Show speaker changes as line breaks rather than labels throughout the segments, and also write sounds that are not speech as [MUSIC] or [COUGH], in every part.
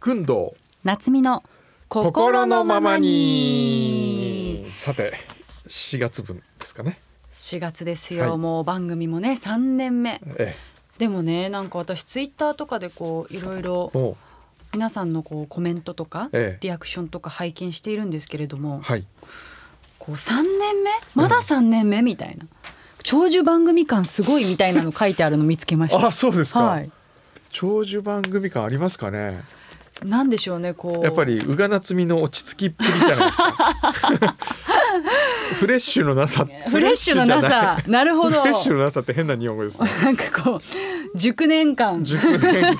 くんど
夏美の
う
心のままに
さて4月分ですかね
4月ですよ、
はい
もう番組もね3年目
え
でもねなんか私ツイッターとかでこういろいろ
えも
皆さんのこうコメントとか、
ええ
リアクションとか拝見しているんですけれども、
うはい
こう3年目まだ3年目みたいな長寿番組感すごいみたいなの書いてあるの見つけまし
あそうです
た。
か、
はい、
長寿番組感ありますかね
なんでしょうねこう
やっぱり宇賀なつみの落ち着きっぷりじゃないですか
[LAUGHS]
フレッシュのなさ
フレッシュのなさなるほ
フレッシュじゃないフ
ど
レッシュのなさって変な日本語ですね
なんかこう熟年感
熟
[LAUGHS]
年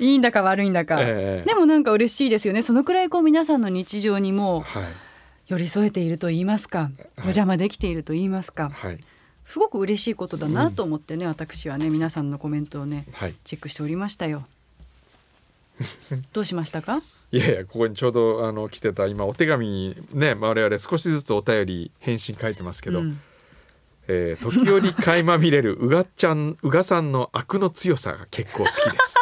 いいんだか悪いんだか、
ええ
でもなんか嬉しいですよねそのくらいこう皆さんの日常にも
はい
寄り添えていると言いますかお邪魔できていると言いますか
はい
すごく嬉しいことだなと思ってね、私はね皆さんのコメントをね
はい
チェックしておりまし
[LAUGHS]
たよどうしましたか
いやいやここにちょうどあの来てた今お手紙にね我々少しずつお便り返信書いてますけど、
うん
えー時折垣間見れるうがちゃんうがさんの悪の強さが結構好きです。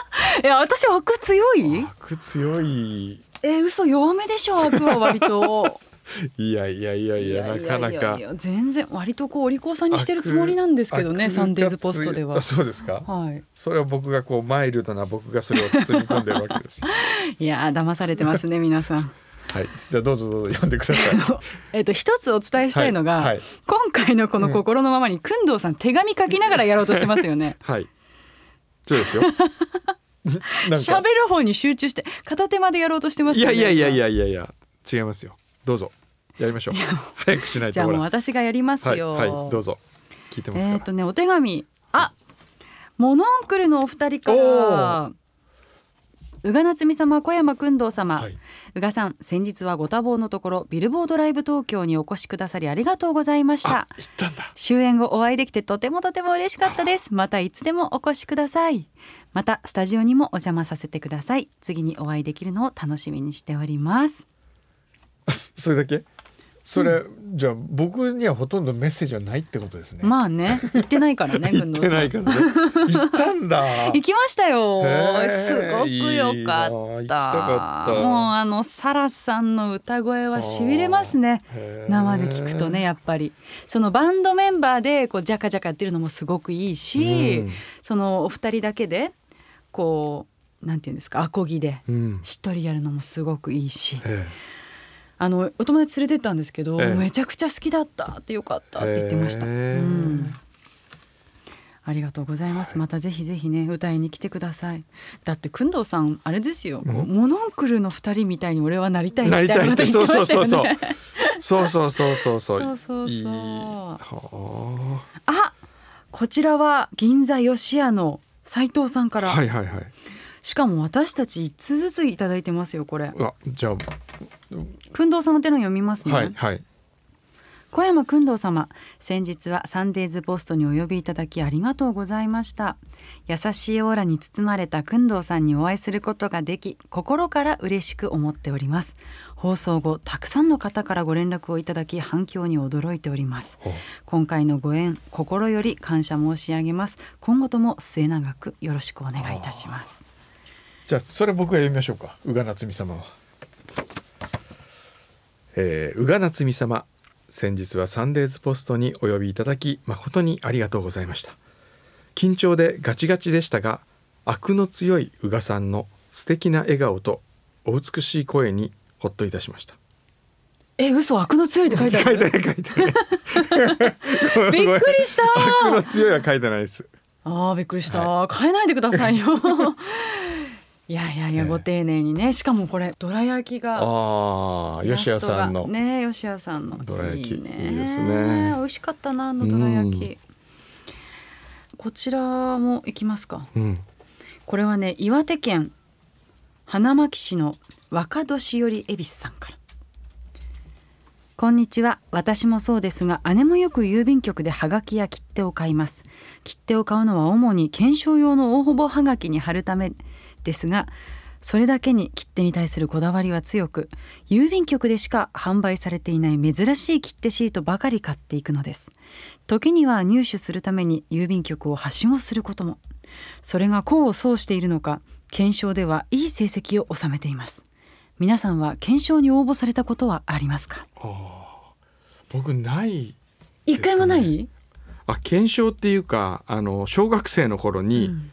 いや私悪強 [LAUGHS] い
悪強い
え嘘弱めでしょ悪は割と
いやいや [LAUGHS] いやいやなかない
やいや
か
いや全然割とこうお利口さんにしてるつもりなんですけどね
悪
サンデーズポストでは
あ。そうですか。
はい、
それは僕がこうマイルドな僕がそれを包み込んでるわ [LAUGHS] けです。
いやー騙されてますね皆さん。
はいじゃあどうぞどうぞ読んでくだ [LAUGHS] さい。
えっと一つお伝えしたいのが、
はいはい。
今回のこの心のままに、くんどうさん手紙書きながらやろうとしてますよね
はいそうです
[LAUGHS]
よ。 [LAUGHS] なん
喋
か
る方に集中して片手までやろうとしてます
い
よ
や
ね。
いやいやいやいやいや違いますよ。どうぞやりましょう。早くしない
じ
と
ゃあ
ほ
もう
ら。
私がやります
はい
よ。
はいどうぞ聞いてます
え
か
っ
ら。
とねお手紙あモノンクルのお二人か
お
ら。宇賀なつみ様小山君堂様、
はい
宇賀さん先日はご多忙のところビルボードライブ東京にお越しくださりありがとうございました
あ行ったんだ。 [LAUGHS]
終演後お会いできてとてもとても嬉しかったですまたいつでもお越しくださいまたスタジオにもお邪魔させてください次にお会いできるのを楽しみにしております
あそそれだけそれ、じゃあ僕にはほとんどメッセージはないってことですね。
まあね行ってないから
[LAUGHS]
ね
行ってないからね。行ったんだ。
[LAUGHS] 行きましたよ
へえ
すごくよかった
いいな行きたかった
もうあのサラさんの歌声はしびれますね
へえ
生で聞くとね。やっぱりそのバンドメンバーでこうジャカジャカやってるのもすごくいいし、
うん
そのお二人だけでこうなんていうんですかアコギで
うん。
しっとりやるのもすごくいいし
え
あのお友達連れてったんですけど、
ええ
めちゃくちゃ好きだったってよかったって言ってました、
へえ
うんありがとうございます、またぜひぜひね歌いに来てくださいだって工藤さんあれですよ、こうモノンクルの二人みたいに俺はなりたい
え
み
な
たい
り
な
たい
こ
っ
と
て
言って
そう
ま
そう
した
そ
よ
うそうそうそうそうそうそう
ねそうそうそう
いいは
あこちらは銀座吉屋の斉藤さんか
あ
ら、
はいはいはい
しかも私たち一通ずついただいてますよこれ
うわじゃあ
工藤さんの手の読みますね、
はいはい
小山君堂様先日はサンデーズポストにお呼びいただきありがとうございました優しいオーラに包まれた君堂さんにお会いすることができ心から嬉しく思っております放送後たくさんの方からご連絡をいただき反響に驚いております
ほう
今回のご縁心より感謝申し上げます今後とも末永くよろしくお願いいたします
じゃあそれ僕が読みましょうか宇賀夏美様は、えー、宇賀夏美様先日はサンデーズポストにお呼びいただき誠にありがとうございました緊張でガチガチでしたが悪の強い宇賀さんの素敵な笑顔とお美しい声にほっといたしました
え嘘悪の強いって書いてあ
書いてな
る
い書いてない
[LAUGHS] びっくりした
悪の強いは書いてないです
あーびっくりした、変えないでくだ
[LAUGHS]
さいよいやいやいや、
ええ
ご丁寧にねしかもこれどら焼きが
ああ
イラ
吉谷
ストが
さんの、
ね吉谷さんの
どら焼き
いいね
いいですね
美味しかったなあのどら焼
う
きこちらもいきますか
うん
これはね岩手県花巻市の若年寄り恵比寿さんからこんにちは私もそうですが姉もよく郵便局でハガキや切手を買います切手を買うのは主に検証用の応募ハガキに貼るためですがそれだけに切手に対するこだわりは強く郵便局でしか販売されていない珍しい切手シートばかり買っていくのです時には入手するために郵便局をはしごすることもそれが功を奏しているのか検証ではいい成績を収めています皆さんは検証に応募されたことはありますか
あー僕ない
一回もない、
あ検証っていうかあの小学生の頃に、
うん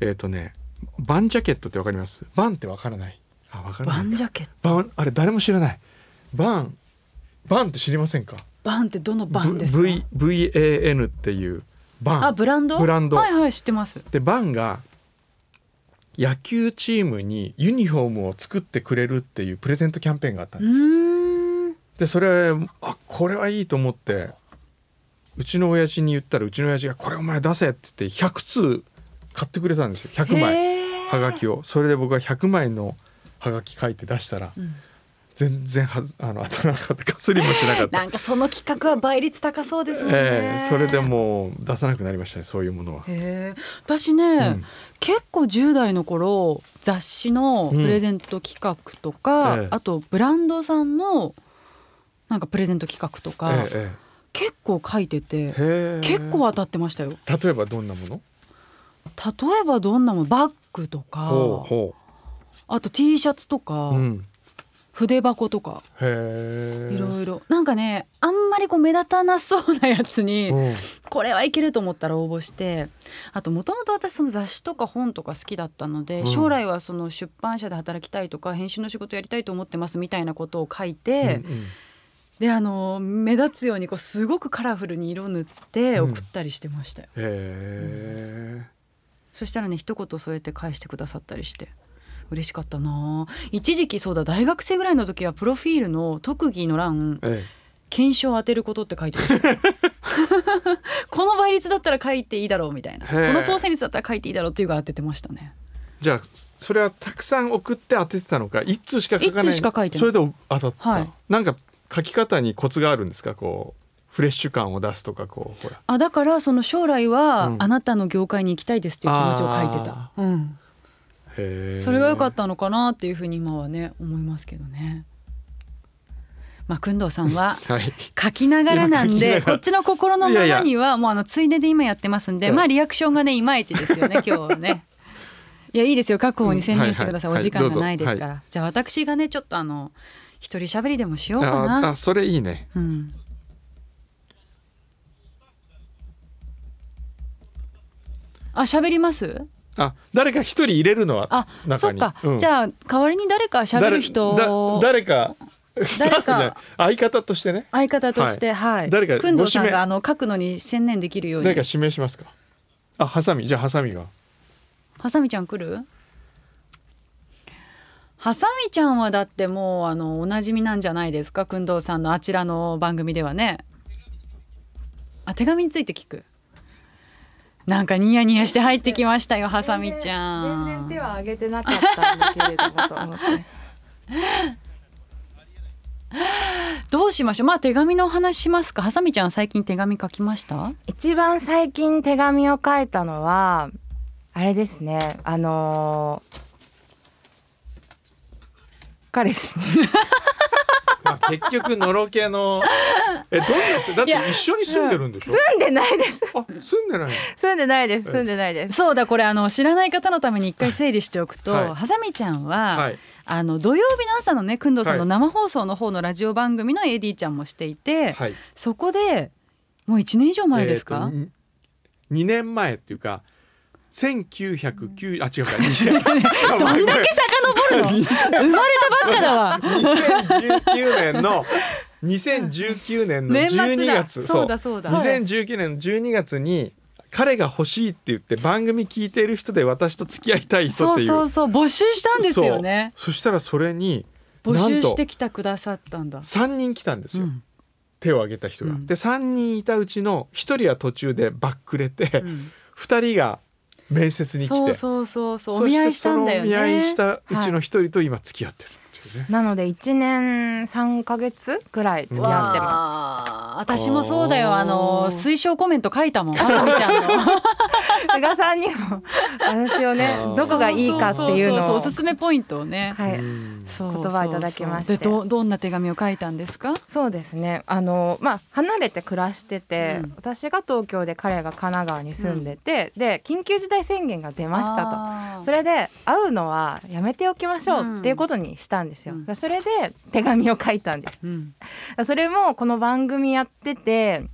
えっ、とねバンジャケットってわかりますバンってわからないあわから
バン
ない
ジャケット
バンあれ誰も知らないバンバンって知りませんか
バンってどのバンですか、
V V A N っていうバン
あブランド
ブランド
はいはい知ってます
でバンが野球チームにユニフォームを作ってくれるっていうプレゼントキャンペーンがあったん
う
ですよ
ーん
でそれあこれはいいと思ってうちの親父に言ったらうちの親父が「これお前出せ」って言って100通買ってくれたんですよ100枚
へー
はがきをそれで僕は100枚のはがき書いて出したら
うん
全然はずあの当たらなかったかすりもしなかった
なんかその企画は倍率高そうですもんね、
ええそれでもう出さなくなりましたねそういうものは。
へえ私ね、
うん
結構10代の頃雑誌のプレゼント企画とか、
うんええ
あとブランドさんのなんかプレゼント企画とか、
ええ
結構書いてて
ええへえ
結構当たってましたよ
例えばどんなもの
例えばどんなものバッグとか
ほうほ
あと T シャツとか、
う、うん、
筆箱とか
へえ
いろいろなんかねあんまりこう目立たなそうなやつに、
うん
これはいけると思ったら応募してあともともと私その雑誌とか本とか好きだったので、
うん
将来はその出版社で働きたいとか編集の仕事やりたいと思ってますみたいなことを書いて、
うん
であの目立つようにこうすごくカラフルに色塗って
うん
送ったりしてましたよ、
へえ
そしたらね一言添えて返してくださったりして。嬉しかったなあ一時期そうだ大学生ぐらいの時はプロフィールの特技の欄
え
検証を当てることって書いてあ
[LAUGHS]
るこの倍率だったら書いていいだろうみたいな
へ
こ
え
の当選率だったら書いていいだろうっていうが当ててましたね
えじゃあそれはたくさん送って当ててたのか一通しか書かない
一通しか書いてない
それで当たった、
はい
なんか書き方にコツがあるんですかこうフレッシュ感を出すとかこうほら
あだからその将来は
うん
あなたの業界に行きたいですっていう気持ちを書いてた
あ、
うん、
へえ
それが良かったのかなっていうふうに今はね思いますけどねまあ工藤さんは
はい
書きながらなん
いや書きな
で
が
こ
ら
っちの心のま
いや
ま
い
にはもうあのついでで今やってますんで
うん
まあリアクションがねいまいちです
[LAUGHS]
よね今日はね。いやいいですよ確保に専念してください、
うんはいはい
お時間がないですから、
は
じゃあ私がねちょっとあの一人喋りでもしようか
あ
な。
あそれいいね
うん、あ喋ります
あ誰か一人入れるのは
あ
中に
そっか、
うん
じゃあ代わりに誰か喋る人を
誰だ誰かスタッフじゃない相方としてね
相方としてはい、
誰か
工藤
ご
さん
指名
があの書くのに専念できるように
誰か指名しますかあハサミじゃあハサミが
ハサミちゃん来るハサミちゃんはだってもうあのおなじみなんじゃないですか工藤さんのあちらの番組ではねあ手紙について聞くなんかニヤニヤして入ってきましたよハサミちゃん
全然手は挙げてなかったんだけれどもと思って
どうしましょうまあ手紙のお話しますかハサミちゃん最近手紙書きました
一番最近手紙を書いたのはあれですねあのー彼氏に
まあ、結局のろけの [LAUGHS] えどうやってだって一緒に住んでるんでしょ、
住んでないです
あ住んでない
住んでないです住んでないです
そうだこれあの知らない方のために一回整理しておくと、
はい
ハサミちゃんは、
のはい
あの土曜日の朝のね工藤さ
は
んの
い
生放送の方のラジオ番組の AD ちゃんもしていて、
はい
そこでもう1年以上前ですか、
えーとに2年前っていうか1909あ違う
[LAUGHS]
か2000
どんだけ遡るの生まれたばっかだ
[LAUGHS]
わ
2019年の2019年の
年末だ
12月
そうだそうだ
2019年の12月に彼が欲しいって言って番組聞いてる人で私と付き合いたい人
そ
って
う
いう
そうそう募集したんですよね
そうそしたらそれに
募
なん
集
と
してきたくださったんだ
3人来たんです
う
よ、
ん
手を挙げた人が、
うん
で3人いたうちの1人は途中でバックれて、
うん
2人が面接に来て
そうそうそうそうお
そし
見合
て
いしたんだよね
そのお見合いしたうちの1人と今付き合ってるっていうね、
なので1年3ヶ月くらい付き合ってま
わあ私もそうだよあの推奨コメント書いたもんハサミちゃんの
菅さんにも私をね
あー
どこがいいかっていうの
そそそお
を
すすめポイントをね。
はい
うん
そう
言葉をいただきまして
そうそうでどどんな手紙を書いたんですか。
そうですねあの、まあ、離れて暮らしてて、
うん
私が東京で彼が神奈川に住んでて、で緊急事態宣言が出ました
た
とそれで会うのはやめておきましょうっていうことにしたんですよ、
うん
でそれで手紙を書いたんです
うん、
それもこの番組やってて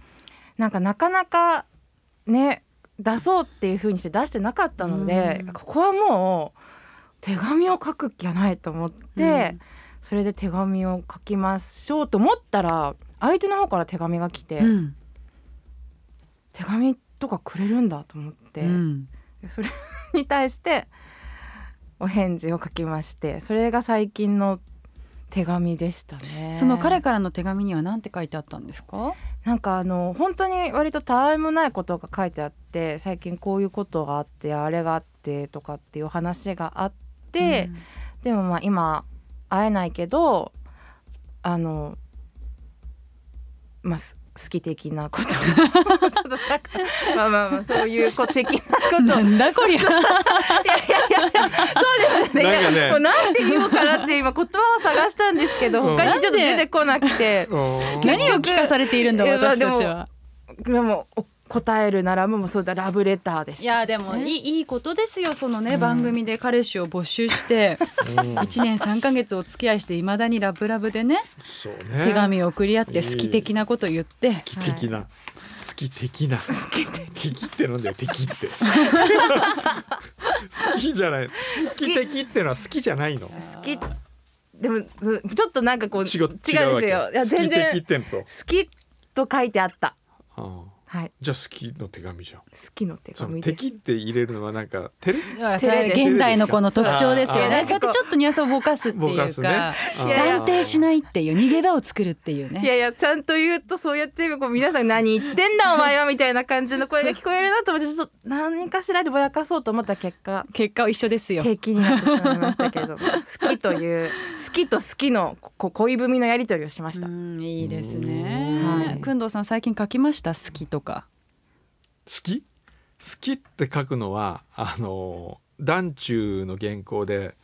なんかなかなかね出そうっていうふうにして出してなかったので、
うん
ここはもう手紙を書く気はないと思って、
うん
それで手紙を書きましょうと思ったら相手の方から手紙が来て、
うん
手紙とかくれるんだと思って、
うん
それに対してお返事を書きましてそれが最近の手紙でしたね。
その彼からの手紙には何て書いてあったんですか。
なんかあの本当に割とたわいもないことが書いてあって最近こういうことがあってあれがあってとかっていう話があ
[LAUGHS]
って、でもまあ今会えないけどあのまあす好き的なことちょっとなんかまあまあまあそういう子的なこと
うん、
い
な
やい
んだ [LAUGHS] こりゃ。
やいやそうですよね
なんかね
いやもうなんて言おうかなって今言葉を探したんですけど
うん
他にちょっと出てこなくて。
[LAUGHS] 何を聞かされているんだ
いやまあ
私たち
で
は。
でもお答えるならもうそうだラブレターでした
いやでもいいいいことですよそのね、
うん
番組で彼氏を募集 [LAUGHS] して
うん
1年3ヶ月お付き合いしていまだにラブラブでね
そうね
手紙を送り合って
ええ
好き的なこと言って、
好き的な、好き的な好き的ってなんだよ敵って好きじゃない好き的ってのは好きじゃないの
好きでもそうちょっとなんかこう
違う違う
違うんですよ
わ
い
け
や
好き
全然
的ってのと
好きと書いてあった
ああ
はい
じゃあ好きの手紙じゃん
好きの手
その
紙です
敵って入れるのはなんか照れ
だからそ
照
れ
れです
現代のこの特徴ですよ
あ
ね
あ
そうやってちょっとニュアンスをぼかすって
ぼ
い
か
う
す
か
ねああ
いやいや
断定しないっていう逃げ場を作るっていう
い
ね。
やいやちゃんと言うとそうやってこう皆さん何言ってんだお前はみたいな感じの声が聞こえるなと思ってちょっと何かしらでぼやかそうと思った結果
結果は一緒ですよ。
敵になってしまいましたけれども好きという好きと好きのこう恋文のやり取りをしました、
うんいいです
うん
は
ね
い。
くんどうさん最近書きました好きとか。
好き好きって書くのはあの団中の原稿で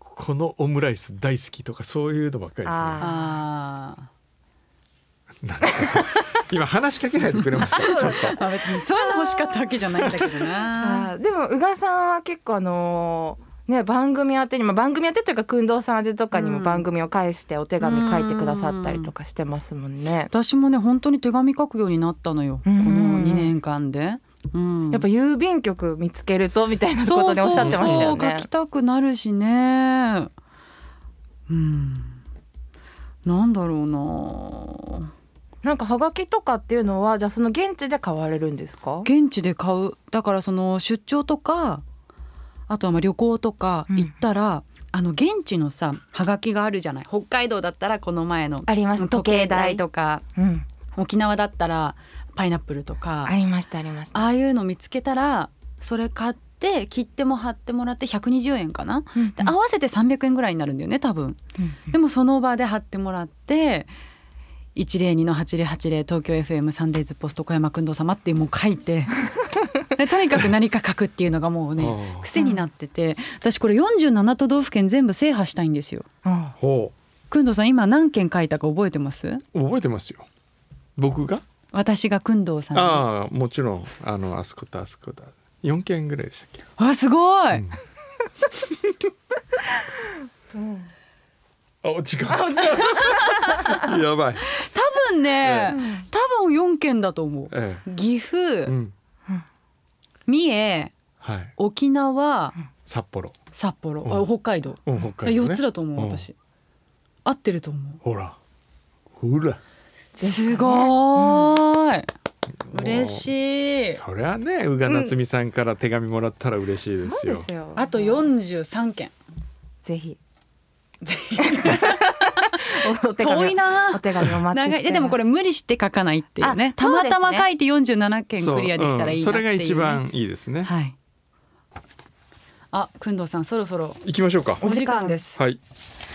このオムライス大好きとかそういうのばっかり
あ
ああ。
ですね。なんですかそれ今話しかけないでくれます
[LAUGHS]
か。ちょっと
まあ別にそういうの欲しかったわけじゃないんだけどな。
[LAUGHS] あーでも宇賀さんは結構あのーね番組宛てにも番組宛てというか工藤さん宛てとかに
う
も
ん
番組を返してお手紙書いてくださったりとかしてますもんね。
私もね本当に手紙書くようになったのよ、
うん
この2年間で、うん、
やっぱ郵便局見つけるとみたいなことでおっしゃってましたよ
そうそうそ
ね
う書き。たくなるしねうんなんだろうな
なんかハガキとかっていうのはじゃあその現地で買われるんですか？
現地で買うだからその出張とかあとはまあ旅行とか
うん
行ったら、あの現地のさはがきがあるじゃない北海道だったらこの前の
あります
時計台とか
うん
沖縄だったらパイナップルとか
ありましたありました。
ああいうの見つけたらそれ買って切っても貼ってもらって120円かな
うん
で合わせて300円ぐらいになるんだよね多分
うん
でもその場で貼ってもらって102の8080東京 FM サンデーズポスト小山君堂様ってもう書
[LAUGHS]
いてでとにかく何か書くっていうのがもうね
ああ
癖になってて私これ47都道府県全部制覇したいんですよ
うん
ほ
くんどうさん今何件書いたか覚えてます
う覚えてますよ。僕が、
私がくんどうさんにあ
ああもちろんあのあそことあそこだ四件ぐらいでしたっけ。
すごい、
うんあ時間
あ違
[LAUGHS]
う
やばい。
多分
え
ね、多分4件だと思う
え
岐阜、
え、うん
三重
はい
沖縄
札幌、
札幌、
う
あ
ん
北海道
うん、北海道、ね、
4つだと思う、
ん
私合ってると思
ほらほら
うすごーい、嬉
い
しい
そりゃね宇賀なつみさんから手紙もらったら嬉しいです
そう
よ、
ですよ。
あと43件
ぜひ
ぜひ
[LAUGHS] お手
遠
紙
い
をお
な
手紙をお待ちし
長
てます。
いででもこれ無理して書かないっていうね
あ
たまた
そう
ま
ですね
書いて47件
そう
クリアできたら
う
いいなっていう、ね
んそれが一番いいですね、
はいあ、くんどうさんそろそろ
行きましょうか
お時間です
はい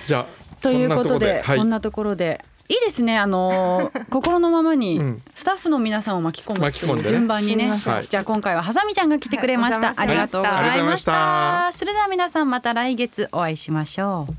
じゃあ
というこ
んな
とでこんなところ
はい
で、いいですねあの [LAUGHS] ー心のままに
うん
スタッフの皆さんを巻き込むっ
巻
て
き込ん
い
で
う
ね
順番にね
はい
じゃあ今回はハサミちゃんが来てくれました、
はい
ありがとうござ
はい
いました
ありがとうござい
それでは皆さんまた来月お会いしましょう